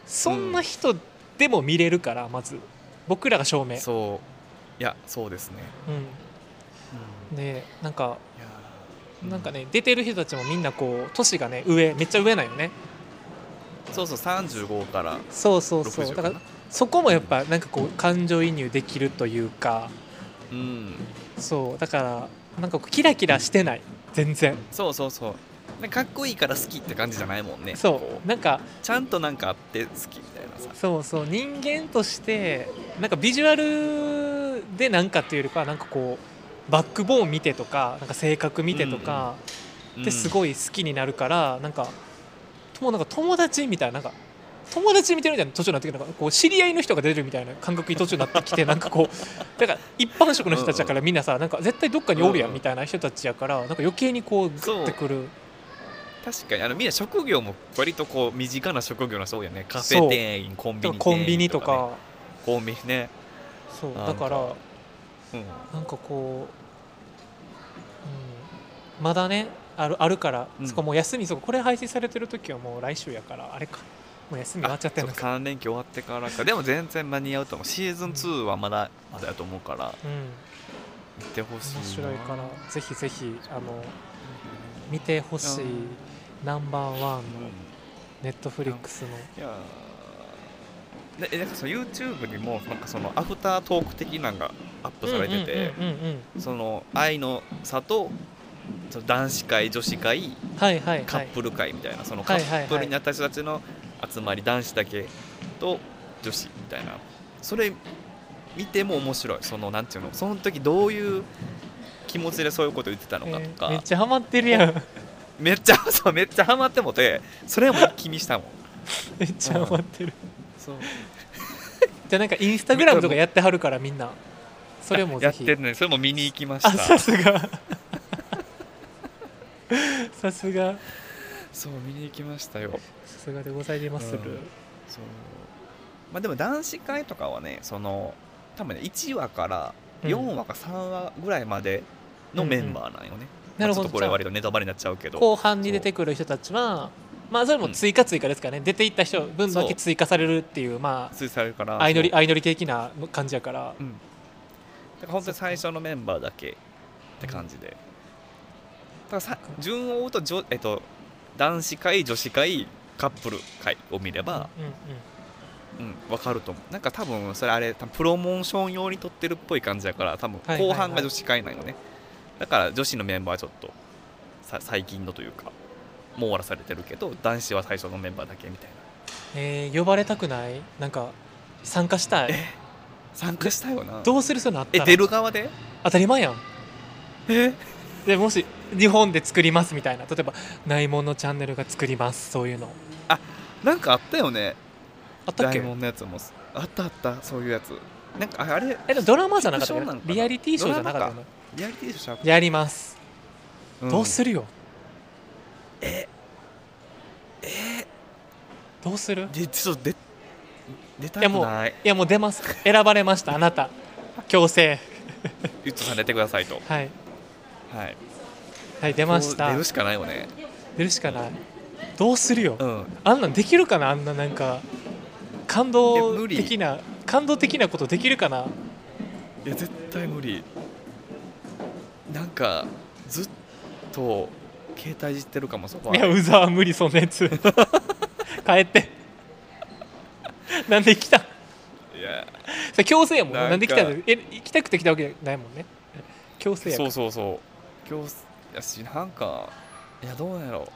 Speaker 1: そんな人でも見れるからまず僕らが証
Speaker 2: ゃ
Speaker 1: 明
Speaker 2: んそういやそうですね、
Speaker 1: うん、でなんか
Speaker 2: いやー
Speaker 1: なんかね、出てる人たちもみんなこう年がね上めっちゃ上なんよね
Speaker 2: そうそう35から
Speaker 1: そうそうそう
Speaker 2: 60
Speaker 1: だ
Speaker 2: か
Speaker 1: か
Speaker 2: な
Speaker 1: らそこもやっぱなんかこう感情移入できるというか
Speaker 2: うん
Speaker 1: そうだからなんかこうキラキラしてない全然
Speaker 2: そうそうそうなんかかっこいいから好きって感じじゃないもんね
Speaker 1: そうなんか
Speaker 2: ちゃんとなんかあって好きみたいなさ
Speaker 1: そうそう人間としてなんかビジュアルでなんかっていうよりかはなんかこうバックボーン見てとかなんか性格見てとかです
Speaker 2: い、
Speaker 1: ごい好きになるから、なんかともなんか友達みたいななんか友達見てるみたいな途中になってきてなんかこう知り合いの人が出るみたいな感覚に途中になってき てなんかこうだから一般職の人たちだからみんなさなんか絶対どっかにおるや
Speaker 2: うんん
Speaker 1: みたいな人たちやからなんか余計にこうグッてくる
Speaker 2: 確かにあのみんな職業も割とこう身近な職業の人多いよねカフェ店員コンビニ店員とか
Speaker 1: コンビニと
Speaker 2: ね
Speaker 1: か
Speaker 2: コンビニね、
Speaker 1: そう
Speaker 2: なん
Speaker 1: だ
Speaker 2: か
Speaker 1: から。
Speaker 2: うん、
Speaker 1: なんかこう、うん、まだねあるあるから、
Speaker 2: うん
Speaker 1: そこもう休みそここれ配信されてる時はもう来週やからあれかもう休み終わっちゃってる
Speaker 2: あ
Speaker 1: の
Speaker 2: そう
Speaker 1: か
Speaker 2: 3連休終わってからかでも全然間に合うと思うシーズン2はまだまだやと思うから
Speaker 1: うん
Speaker 2: 見てほしいな
Speaker 1: 面白いからぜひぜひあの見てほしいナンバーワンの
Speaker 2: うん
Speaker 1: ネットフリックスの
Speaker 2: いやーでえなんかその YouTube にもなんかそのアフタートーク的なんがアップされてて、
Speaker 1: うんうんうんうん
Speaker 2: その愛の差とその男子会女子会
Speaker 1: うんはいはい
Speaker 2: カ
Speaker 1: は
Speaker 2: ッ
Speaker 1: い
Speaker 2: プル会みたいな、そのカ
Speaker 1: はいはいはい
Speaker 2: ップルになった人たちの集まり男子だけと女子みたいなそれ見ても面白いそのなんていうのその時どういう気持ちでそういうこと言ってたの
Speaker 1: え
Speaker 2: かと
Speaker 1: ー
Speaker 2: か、
Speaker 1: めっちゃハマってるやん
Speaker 2: めっちゃ そうめっちゃハマってもてそれも一気見したもん
Speaker 1: めっちゃハマってる
Speaker 2: そう
Speaker 1: じゃあなんかインスタグラムとかやってはるからみんなそれも
Speaker 2: や
Speaker 1: ぜ
Speaker 2: っ
Speaker 1: ひ
Speaker 2: てるねそれも見に行きまし
Speaker 1: あさ
Speaker 2: た
Speaker 1: すがさすが
Speaker 2: そう見に行きましたよ
Speaker 1: さすがでございまする、
Speaker 2: うんそうまあでも男子会とかはねその多分ね1話から4話か3話ぐらいまでのメンバーなんよね、
Speaker 1: なるほど
Speaker 2: まあちょっとこれ割とネタバレになっちゃうけ
Speaker 1: じゃあ
Speaker 2: ど
Speaker 1: 後半に出てくる人たちはまあそれも追加追加ですからね、出ていった人分だけ追加されるっていうま
Speaker 2: 推されるから
Speaker 1: あ相乗り
Speaker 2: そう
Speaker 1: 相乗り的な感じやから
Speaker 2: うん、だから本当に最初のメンバーだけって感じでだからさ順を追うとじょ、えっと、男子会女子会カップル会を見れば、
Speaker 1: うんうん
Speaker 2: うん、分かると思うなんか多分それあれ多分プロモーション用に撮ってるっぽい感じだから多分
Speaker 1: はいはいはい
Speaker 2: 後半が女子会なんよね、だから女子のメンバーはちょっとさ最近のというか網羅されてるけど男子は最初のメンバーだけみたいな
Speaker 1: えー呼ばれたくないなんか参加したい
Speaker 2: 参加したよな
Speaker 1: どうするそういうのあった
Speaker 2: え
Speaker 1: ら
Speaker 2: 出る側で
Speaker 1: 当たり前やん
Speaker 2: え
Speaker 1: でもし日本で作りますみたいな例えば「ないものチャンネルが作ります」そういうの
Speaker 2: なんかあったよね
Speaker 1: あったっ
Speaker 2: 大
Speaker 1: け
Speaker 2: 門のやつもあったあったそういうやつなんかああれ
Speaker 1: えでもドラマじゃなかったっ
Speaker 2: フィクションなの
Speaker 1: け
Speaker 2: か
Speaker 1: ど
Speaker 2: な
Speaker 1: リアリティショーじゃなかったよ
Speaker 2: ド
Speaker 1: ね
Speaker 2: リアリティショー
Speaker 1: やります、どう
Speaker 2: る
Speaker 1: するよええどうする
Speaker 2: でちょっと出出た
Speaker 1: いや
Speaker 2: く
Speaker 1: もう
Speaker 2: ない
Speaker 1: いやもう出ます選ばれましたあなた強制
Speaker 2: ゆっとさん出てくださいと
Speaker 1: はい
Speaker 2: はい
Speaker 1: はい出ました出
Speaker 2: こう出る
Speaker 1: る
Speaker 2: しかないよね
Speaker 1: しかないどうするよ、
Speaker 2: うん
Speaker 1: あんなんできるかなあんななんか感
Speaker 2: いや
Speaker 1: 動
Speaker 2: 無理
Speaker 1: 的な感動的なことできるかない
Speaker 2: や絶対無理なんかずっと携帯いじってるかもそこはい
Speaker 1: やうざ無理そんなや つ帰ってなんで来た
Speaker 2: いや
Speaker 1: それ強制やもんな
Speaker 2: なん
Speaker 1: で
Speaker 2: んか
Speaker 1: 来たのえ行きたくて来たわけじゃないもんね強制やか
Speaker 2: そ
Speaker 1: ら
Speaker 2: うそうそう今日やしなんかいやどうなんやろう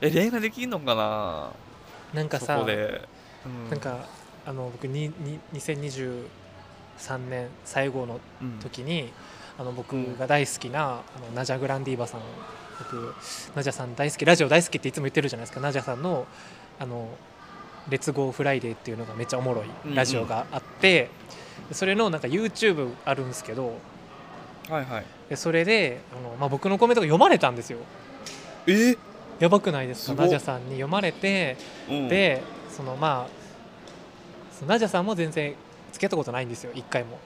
Speaker 2: え恋愛できんのかな
Speaker 1: なんか
Speaker 2: そ
Speaker 1: さ
Speaker 2: こで、うん
Speaker 1: なん、かあの僕にに2023年最後の
Speaker 2: うん
Speaker 1: 時に、あの僕
Speaker 2: うん
Speaker 1: が大好きなあのナジャ・グランディーバさん僕ナジャさん大好きラジオ大好きっていつも言ってるじゃないですかナジャさんのあの「レッツゴーフライデー」っていうのがめっちゃおもろい
Speaker 2: うんうん
Speaker 1: ラジオがあって、それのなんか YouTube あるんですけど
Speaker 2: はいはい
Speaker 1: でそれであの、まあ、僕のコメントが読まれたんですよ
Speaker 2: え
Speaker 1: やばくないです
Speaker 2: す
Speaker 1: か
Speaker 2: ごっ
Speaker 1: ナジャさんに読まれて
Speaker 2: うん、
Speaker 1: でそのまあそのナジャさんも全然つけたことないんですよ一回も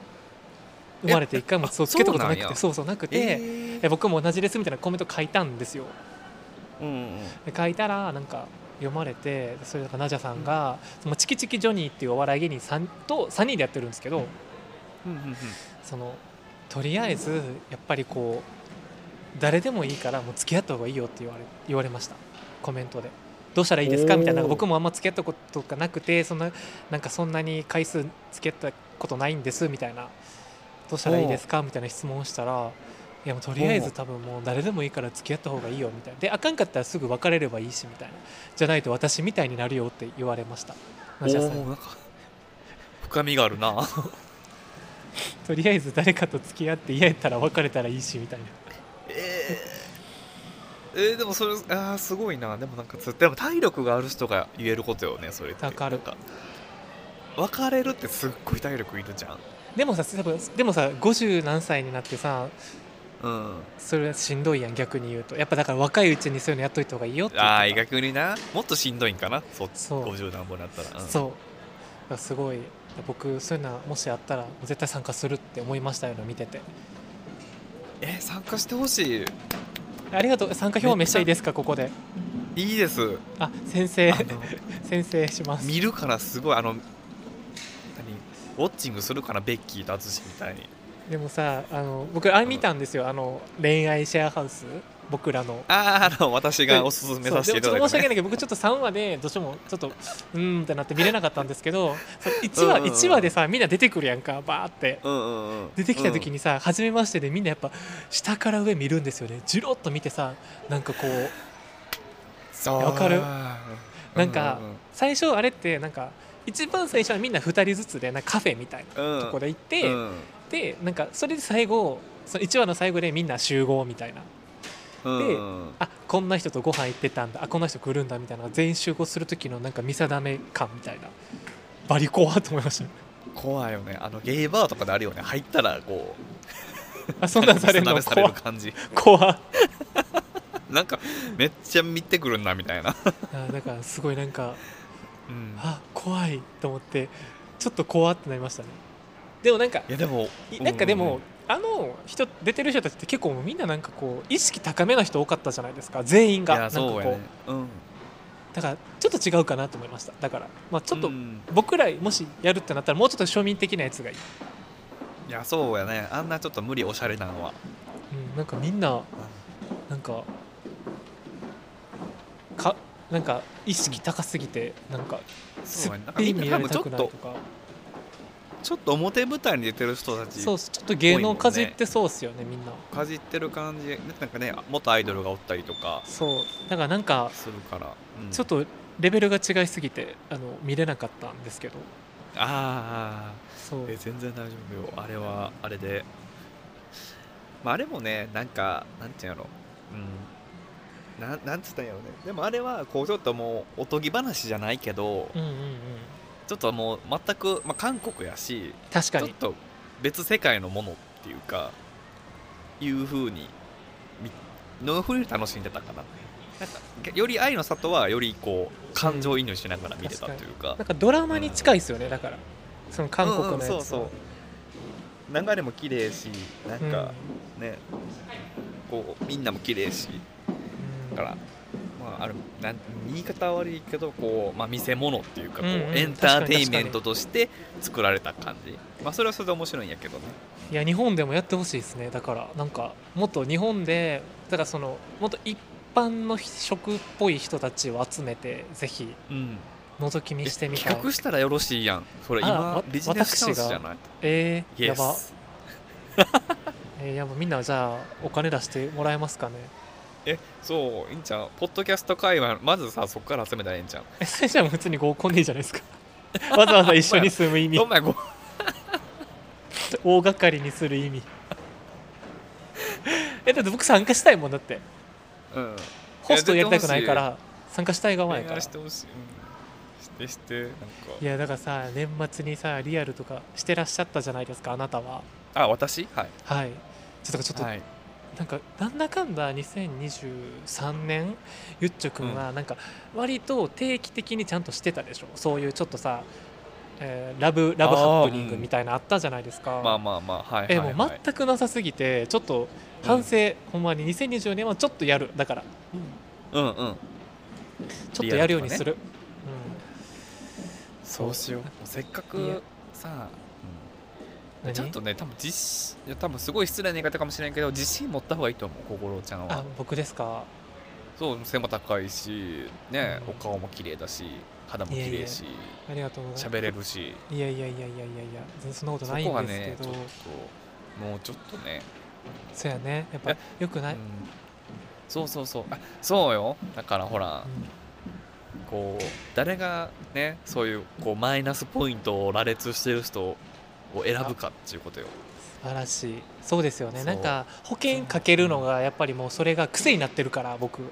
Speaker 1: 生まれて一回も
Speaker 2: あ
Speaker 1: そうつけたことなく
Speaker 2: そうなん
Speaker 1: て
Speaker 2: や
Speaker 1: そうそうなくて、
Speaker 2: え
Speaker 1: で僕も同じですみたいなコメント書いたんですよ
Speaker 2: うんうん
Speaker 1: で書いたらなんか読まれてでそれだからナジャさんが、そのチキチキジョニーっていうお笑い芸人さんと3人でやってるんですけど、
Speaker 2: うんうんうん
Speaker 1: そのとりあえずやっぱりこう誰でもいいからもう付き合った方がいいよって言われ言われましたコメントでどうしたらいいですか
Speaker 2: おー
Speaker 1: みたいな僕もあんま付き合ったことがなくてそんななんかそんなに回数付き合ったことないんですみたいなどうしたらいいですかみたいな質問をしたらいやもうとりあえず多分もう誰でもいいから付き合った方がいいよみたいなであかんかったらすぐ別れればいいしみたいなじゃないと私みたいになるよって言われましたナジャさんに
Speaker 2: おーなんか深みがあるな
Speaker 1: とりあえず誰かと付き合って嫌やったら別れたらいいしみたいな
Speaker 2: えー、 えーでもそれあーすごいなでもなんかつでも体力がある人が言えることよねそれって
Speaker 1: わかる
Speaker 2: なん別れるってすっごい体力いるじゃん
Speaker 1: でもさ多分でもさ50何歳になってさ
Speaker 2: うん
Speaker 1: それしんどいやん逆に言うとやっぱだから若いうちにそういうのやっといた方がいいよって言ってた
Speaker 2: ああ逆になもっとしんどいんかなそっち
Speaker 1: そう
Speaker 2: 50何本だったら、うん
Speaker 1: そうだからすごい僕そういうのはもしあったら絶対参加するって思いましたよね見てて
Speaker 2: えー参加してほしい
Speaker 1: ありがとう参加表明していいですかここで
Speaker 2: いいです
Speaker 1: あ先生
Speaker 2: あ
Speaker 1: 先生しま
Speaker 2: の
Speaker 1: す
Speaker 2: 見るからすごいあの何ウォッチングするかなベッキーと淳みたいに
Speaker 1: でもさあの僕あれ見たんですよあの恋愛シェアハウス僕らの
Speaker 2: あーあの私がおすすめさせてい
Speaker 1: そ
Speaker 2: ただ
Speaker 1: うでもちょっと申し
Speaker 2: く、
Speaker 1: 訳
Speaker 2: ね、
Speaker 1: ないけど僕ちょっと3話でどうしてもちょっとうーんってなって見れなかったんですけど1
Speaker 2: うん
Speaker 1: 話
Speaker 2: うんうん
Speaker 1: 一話でさみんな出てくるやんかバーって
Speaker 2: うんうんうん
Speaker 1: 出てきた時
Speaker 2: に、
Speaker 1: にさ、初めましてでみんなやっぱ下から上見るんですよねじろっと見てさなんかこう
Speaker 2: そう
Speaker 1: わかるなんか
Speaker 2: う
Speaker 1: 最初あれってなんか一番最初はみんな2人ずつでなんかカフェみたい
Speaker 2: うんうん
Speaker 1: なとこで行っ
Speaker 2: う
Speaker 1: て、
Speaker 2: ん
Speaker 1: でなんかそれで最後その1話の最後でみんな集合みたいな
Speaker 2: うん
Speaker 1: で
Speaker 2: うん
Speaker 1: あこんな人とご飯行ってたんだあこんな人来るんだみたいな全員集合する時のなんか見定め感みたいなバリコアと思いました
Speaker 2: 怖いよねあのゲイバーとかであるよね入ったらこう
Speaker 1: あそんなんされるの
Speaker 2: 舐めれ
Speaker 1: 怖
Speaker 2: る感じ
Speaker 1: 怖あ
Speaker 2: なんかめっちゃ見てくるんだみたいな、
Speaker 1: なんかすごいなんか
Speaker 2: うん、
Speaker 1: あ怖いと思ってちょっと怖ってなりましたねでもなんか
Speaker 2: いやでも
Speaker 1: いなんかで
Speaker 2: うんうん
Speaker 1: も、あの人出てる人たちって結構もうみんななんかこう意識高めな人多かったじゃないですか全員が
Speaker 2: い
Speaker 1: な
Speaker 2: や
Speaker 1: んか
Speaker 2: そ
Speaker 1: こう
Speaker 2: うやねうん
Speaker 1: だからちょっと違うかなと思いましただからまあちょっと
Speaker 2: うん
Speaker 1: 僕らもしやるってなったらもうちょっと庶民的なやつがいい、
Speaker 2: いやそうやねあんなちょっと無理おしゃれなのは、
Speaker 1: うん、なんかみんななんかかなんか意識高すぎてなんかすっ
Speaker 2: そうやねなんか
Speaker 1: ぴ
Speaker 2: み
Speaker 1: ん
Speaker 2: ん
Speaker 1: 見
Speaker 2: な
Speaker 1: ら
Speaker 2: 多
Speaker 1: れ
Speaker 2: 分
Speaker 1: た
Speaker 2: ちょ
Speaker 1: く
Speaker 2: っ
Speaker 1: ないと
Speaker 2: と
Speaker 1: か
Speaker 2: ちょっと表舞台に出てる人たち
Speaker 1: そうっすちょっと芸能かじっ
Speaker 2: 多いもん
Speaker 1: てそうっすよねみんな
Speaker 2: かじってる感じなんかね元アイドルがおったりとか
Speaker 1: そうだからなんか
Speaker 2: するから、うん
Speaker 1: ちょっとレベルが違いすぎてあの見れなかったんですけど
Speaker 2: ああ
Speaker 1: そう
Speaker 2: え全然大丈夫よあれはあれで、まあ、あれもねなんかなんていうんやろうんなんなんつったんやろねでもあれはこうちょっともうおとぎ話じゃないけど、
Speaker 1: うんうんうん
Speaker 2: ちょっともう全く、まあ、韓国やし
Speaker 1: 確
Speaker 2: ち
Speaker 1: か
Speaker 2: ょっ
Speaker 1: に
Speaker 2: と別世界のものっていうかいうふうにみのふうに楽しんでたかななんかより愛の里はよりこう感情移入しながら見てたというか
Speaker 1: なんかドラマに近いですよねだからその韓国のやつ
Speaker 2: うんうんそう
Speaker 1: は
Speaker 2: そう流れも綺麗しなん
Speaker 1: うん
Speaker 2: かね、こうみんなも綺麗し
Speaker 1: うん
Speaker 2: だから、まあ、あるなん言い方悪いけどこう、まあ、見せ物っていうかこう、
Speaker 1: うんうん
Speaker 2: エンターテインメントとして作られた感じ、まあ、それはそれで面白いんやけどね
Speaker 1: いや日本でもやってほしいですねだからなんかもっと日本でだからそのもっと一般の食っぽい人たちを集めてぜひ
Speaker 2: うん
Speaker 1: 覗き見
Speaker 2: え
Speaker 1: してみたい
Speaker 2: 企画したらよろしいやんそれ
Speaker 1: あ
Speaker 2: 今
Speaker 1: わ
Speaker 2: ビジネスチャンスじゃない
Speaker 1: えー、
Speaker 2: イエ
Speaker 1: やば、
Speaker 2: ス
Speaker 1: えー、やばみんなじゃあお金出してもらえますかね
Speaker 2: えそういいんちゃうポッドキャスト会話まずさそこから集めたらええんちゃう
Speaker 1: えそれじゃあ普通に合コンでいいじゃないですか わざわざ一緒に住む 意味
Speaker 2: お前ご
Speaker 1: 大掛かりにする意味 えだって僕参加したいもんだって
Speaker 2: うん
Speaker 1: ホストやりたくないから参加したい側や
Speaker 2: 恋
Speaker 1: から
Speaker 2: 愛してほしい、うんしてしてなんか
Speaker 1: いやだからさ年末にさリアルとかしてらっしゃったじゃないですかあなたは
Speaker 2: あ私はい
Speaker 1: はいちょっとちょっと、
Speaker 2: はい
Speaker 1: なんかなんだかんだ2023年ゆっちょくんはなんか割と定期的にちゃんとしてたでしょそういうちょっとさ、えーラブラブハプニングみたいなあったじゃないですか、
Speaker 2: まあまあまあはいはい
Speaker 1: え
Speaker 2: はい、
Speaker 1: もう全くなさすぎてちょっと反省、ほんまに2020年はちょっとやるだから
Speaker 2: うんうん
Speaker 1: ちょっとやるように
Speaker 2: リア
Speaker 1: す
Speaker 2: ルとかね
Speaker 1: る、
Speaker 2: そうしようもうせっか
Speaker 1: いや
Speaker 2: くさ
Speaker 1: うん、
Speaker 2: ちゃんとね多分自信いや多分すごい失礼な言い方かもしれんけど自信持った方がいいと思う心ちゃん
Speaker 1: 何あ
Speaker 2: は
Speaker 1: 僕ですか
Speaker 2: そう背も高いしね、
Speaker 1: うん
Speaker 2: お顔も綺麗だし肌も綺麗し
Speaker 1: ありがとうございます
Speaker 2: 喋れるし
Speaker 1: いやいやいやいやいやいや全然そんなこと
Speaker 2: そ
Speaker 1: ない
Speaker 2: こは
Speaker 1: んで
Speaker 2: ね
Speaker 1: すけ
Speaker 2: ちょ
Speaker 1: ど
Speaker 2: っ
Speaker 1: そ
Speaker 2: ともうちょっとね、
Speaker 1: うやねやっぱ
Speaker 2: え
Speaker 1: よくない、
Speaker 2: うんそうそうそうあそうよだからほ
Speaker 1: う
Speaker 2: ら、こう誰がねそういうこうマイナスポイントを羅列してる人を選ぶかっていうことよ
Speaker 1: ん素晴らしいそうですよね
Speaker 2: そう
Speaker 1: なんか保険かけるのがやっぱりもうそれが癖になってるから僕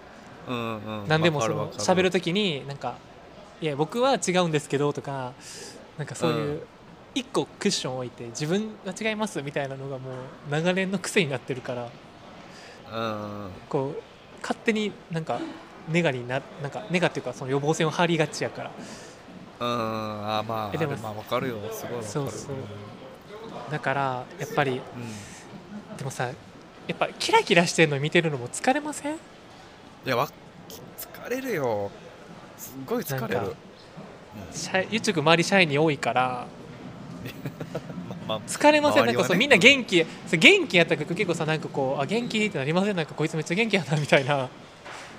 Speaker 2: うんうん
Speaker 1: 何でもそ
Speaker 2: わ
Speaker 1: の
Speaker 2: かわか
Speaker 1: 喋る時になんか「いや僕は違うんですけど」とかなんかそういうう一個クッション置いて自分が違いますみたいなのがもう長年の癖になってるから
Speaker 2: うんうん
Speaker 1: こう勝手になんかネガにななんかネガっていうかその予防線を張りがちやから
Speaker 2: うんあまあ
Speaker 1: えでも
Speaker 2: あれまあわかるよすごいわかる
Speaker 1: そうそうだからやっぱり
Speaker 2: うん
Speaker 1: でもさやっぱキラキラしてるの見てるのも疲れません
Speaker 2: いやわ疲れるよすっごい疲れる
Speaker 1: なんかシャイゆっちゅくん周りシャイに多いから
Speaker 2: まあまあ
Speaker 1: 疲れません、
Speaker 2: 周りは
Speaker 1: な
Speaker 2: ね
Speaker 1: んかそうみんな元気そう元気やったから結構さなんかこうあ元気ってなりませんなんかこいつめっちゃ元気やなみたいな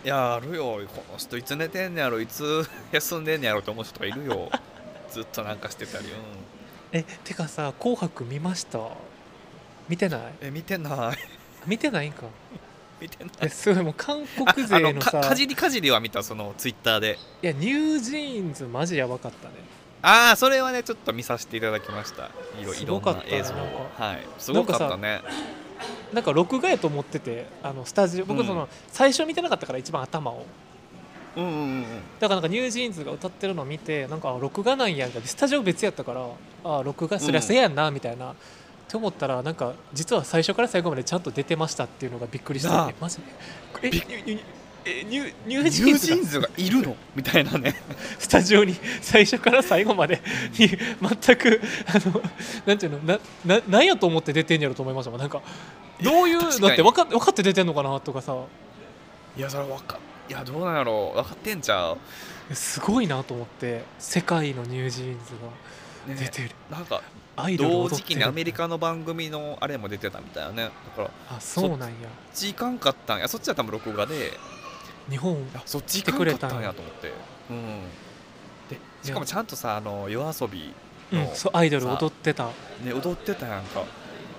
Speaker 1: い
Speaker 2: やあるよこの人いつ寝てんねやろいつ休んでんねやろと思う人がいる よずっとなんかしてたりうん
Speaker 1: えてかさ「紅白」見ました見てない
Speaker 2: え見てない
Speaker 1: 見てないんか
Speaker 2: 見てない
Speaker 1: えすごいもう韓
Speaker 2: あ
Speaker 1: 国
Speaker 2: あ
Speaker 1: 勢のさ
Speaker 2: かかじりかじりは見たそのツイッターで
Speaker 1: いやニュージーンズマジやばかったね
Speaker 2: ああそれはねちょっと見させていただきましたいろ
Speaker 1: す
Speaker 2: い
Speaker 1: ご
Speaker 2: ろん
Speaker 1: かった
Speaker 2: な
Speaker 1: ね
Speaker 2: 映像を
Speaker 1: なん
Speaker 2: はいすごかったね
Speaker 1: なんか録画やと思っててあのスタジオ僕
Speaker 2: うん
Speaker 1: その、最初見てなかったから一番頭を
Speaker 2: うんうんうんうん
Speaker 1: だからなんかニュージーンズが歌ってるのを見てなんかあ録画なんやんかでスタジオ別やったからあ録画そりゃせやんなみたいな、って思ったらなんか実は最初から最後までちゃんと出てましたっていうのがびっくりし
Speaker 2: な
Speaker 1: た
Speaker 2: あ
Speaker 1: えマジえ
Speaker 2: び
Speaker 1: ニ
Speaker 2: っ
Speaker 1: ュニュえニュニュ
Speaker 2: ニ
Speaker 1: ージー
Speaker 2: ュ
Speaker 1: ン
Speaker 2: ー
Speaker 1: ズ
Speaker 2: ジ
Speaker 1: が
Speaker 2: ーンズがい るのみたいなね
Speaker 1: スタジオに最初から最後までに全くあのなんていうのなななんやと思って出てんやろと思いましたもんなんかどういう
Speaker 2: 確かに
Speaker 1: だって分か分かって出てんのかなとかさ
Speaker 2: いやそれわかいやどうなんやろう分かってんちゃう、
Speaker 1: すごいなと思って世界のニュージーンズが出
Speaker 2: ね、
Speaker 1: てる、
Speaker 2: なんか
Speaker 1: アイドル踊
Speaker 2: 同
Speaker 1: ってる
Speaker 2: 時期にアメリカの番組のあれも出てたみたいなねだから
Speaker 1: あそうなんや
Speaker 2: そっち行かんかったんやそっちは多分録画で
Speaker 1: 日本
Speaker 2: あそっち行かんかったんやと思ってうんでしかもちゃんとさあの夜遊び
Speaker 1: う
Speaker 2: の
Speaker 1: ん、そうアイドル踊ってた
Speaker 2: ね踊ってたやんか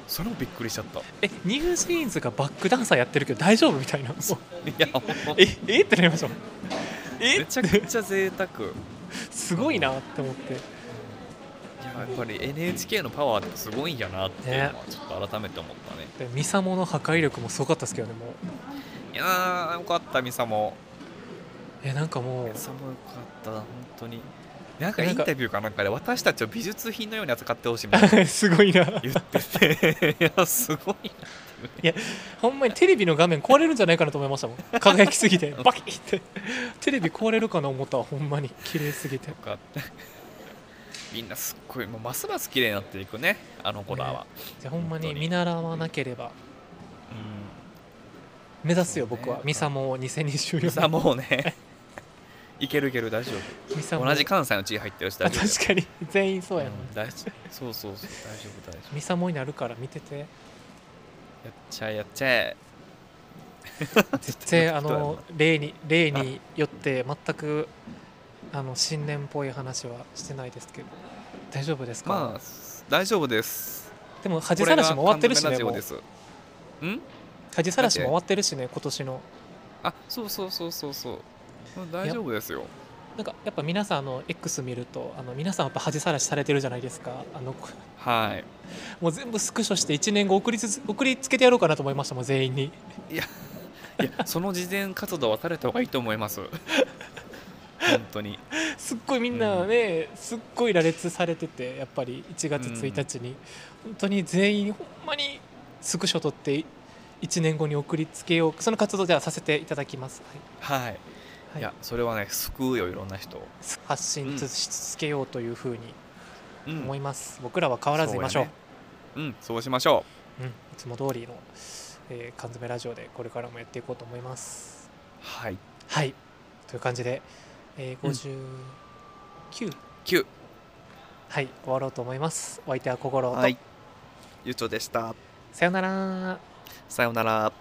Speaker 2: それもびっくりしち ゃったい
Speaker 1: えニュージーンズがバックダンサーやってるけど大丈夫みたい な
Speaker 2: やほんま
Speaker 1: ええってなりましたもんえ
Speaker 2: めちゃくちゃ贅沢い
Speaker 1: すごいなって思って
Speaker 2: ややっぱり NHK のパワーってすごいんやなっていうのはちょっと改めて思ったね
Speaker 1: でミサモの破壊力もすごかったですけどねもう
Speaker 2: いやーよかったミサも
Speaker 1: えなんかもう
Speaker 2: ミサもよかった本当になんかインタビューかなんかで私たちを美術品のように扱ってほしいみたい な
Speaker 1: すごいな
Speaker 2: 言ってていやすごい
Speaker 1: ほんまにテレビの画面壊れるんじゃないかなと思いましたも ん輝きすぎてバキッてテレビ壊れるかな思ったわほんまに綺麗すぎて
Speaker 2: とかみんなすっごいもうますます綺麗になっていくねあの子らは、
Speaker 1: じゃあほんま
Speaker 2: 本
Speaker 1: に
Speaker 2: 当に
Speaker 1: 見習わなければ目指すよ僕は
Speaker 2: そうね
Speaker 1: ミサモを
Speaker 2: うんミ
Speaker 1: 2024
Speaker 2: サ
Speaker 1: 年
Speaker 2: もうねいけるいける大丈夫
Speaker 1: ミサモ
Speaker 2: 同じ関西の地位入ってるし
Speaker 1: あ
Speaker 2: 大丈夫
Speaker 1: 確かに全員そうやな、
Speaker 2: うん大丈夫そうそうそう大丈夫大丈夫
Speaker 1: ミサモになるから見てて
Speaker 2: やっちゃえやっちゃえ
Speaker 1: 絶対あの例に例によって全くあの新年っぽい話はしてないですけど大丈夫ですか、
Speaker 2: まあ大丈夫です
Speaker 1: でも恥さらしも終わってるし
Speaker 2: これ
Speaker 1: ね
Speaker 2: が
Speaker 1: も
Speaker 2: 完全なラジオ
Speaker 1: う
Speaker 2: ですん
Speaker 1: 恥さらしも終わってるしね今年の
Speaker 2: あそうそうそうそうそううん大丈夫ですよ
Speaker 1: なんかやっぱ皆さんあの X 見るとあの皆さんやっぱ恥さらしされてるじゃないですかあのこ
Speaker 2: はい
Speaker 1: もう全部スクショして1年後送りつつ送りつけてやろうかなと思いましたもん全員に
Speaker 2: いやその慈善活動はされた方がいいと思います本当に
Speaker 1: すっごいみんなね、すっごい羅列されててやっぱり1月1日に、本当に全員ほんまにスクショ撮って1年後に送りつけようその活動ではさせていただきます、はい
Speaker 2: はい、
Speaker 1: はい
Speaker 2: い、やそれはね救うよいろんな人を、
Speaker 1: 発信つし続けようというふうに
Speaker 2: うん
Speaker 1: 思います、僕らは変わらずいましょう
Speaker 2: そうやねうんそうしましょ
Speaker 1: うん、いつも通りの、えー缶詰ラジオでこれからもやっていこうと思います
Speaker 2: うはい
Speaker 1: はいという感じで、えー59、
Speaker 2: 9
Speaker 1: はい終わろうと思いますお相手は心と、
Speaker 2: はいゆうちょでした
Speaker 1: さよなら
Speaker 2: さようなら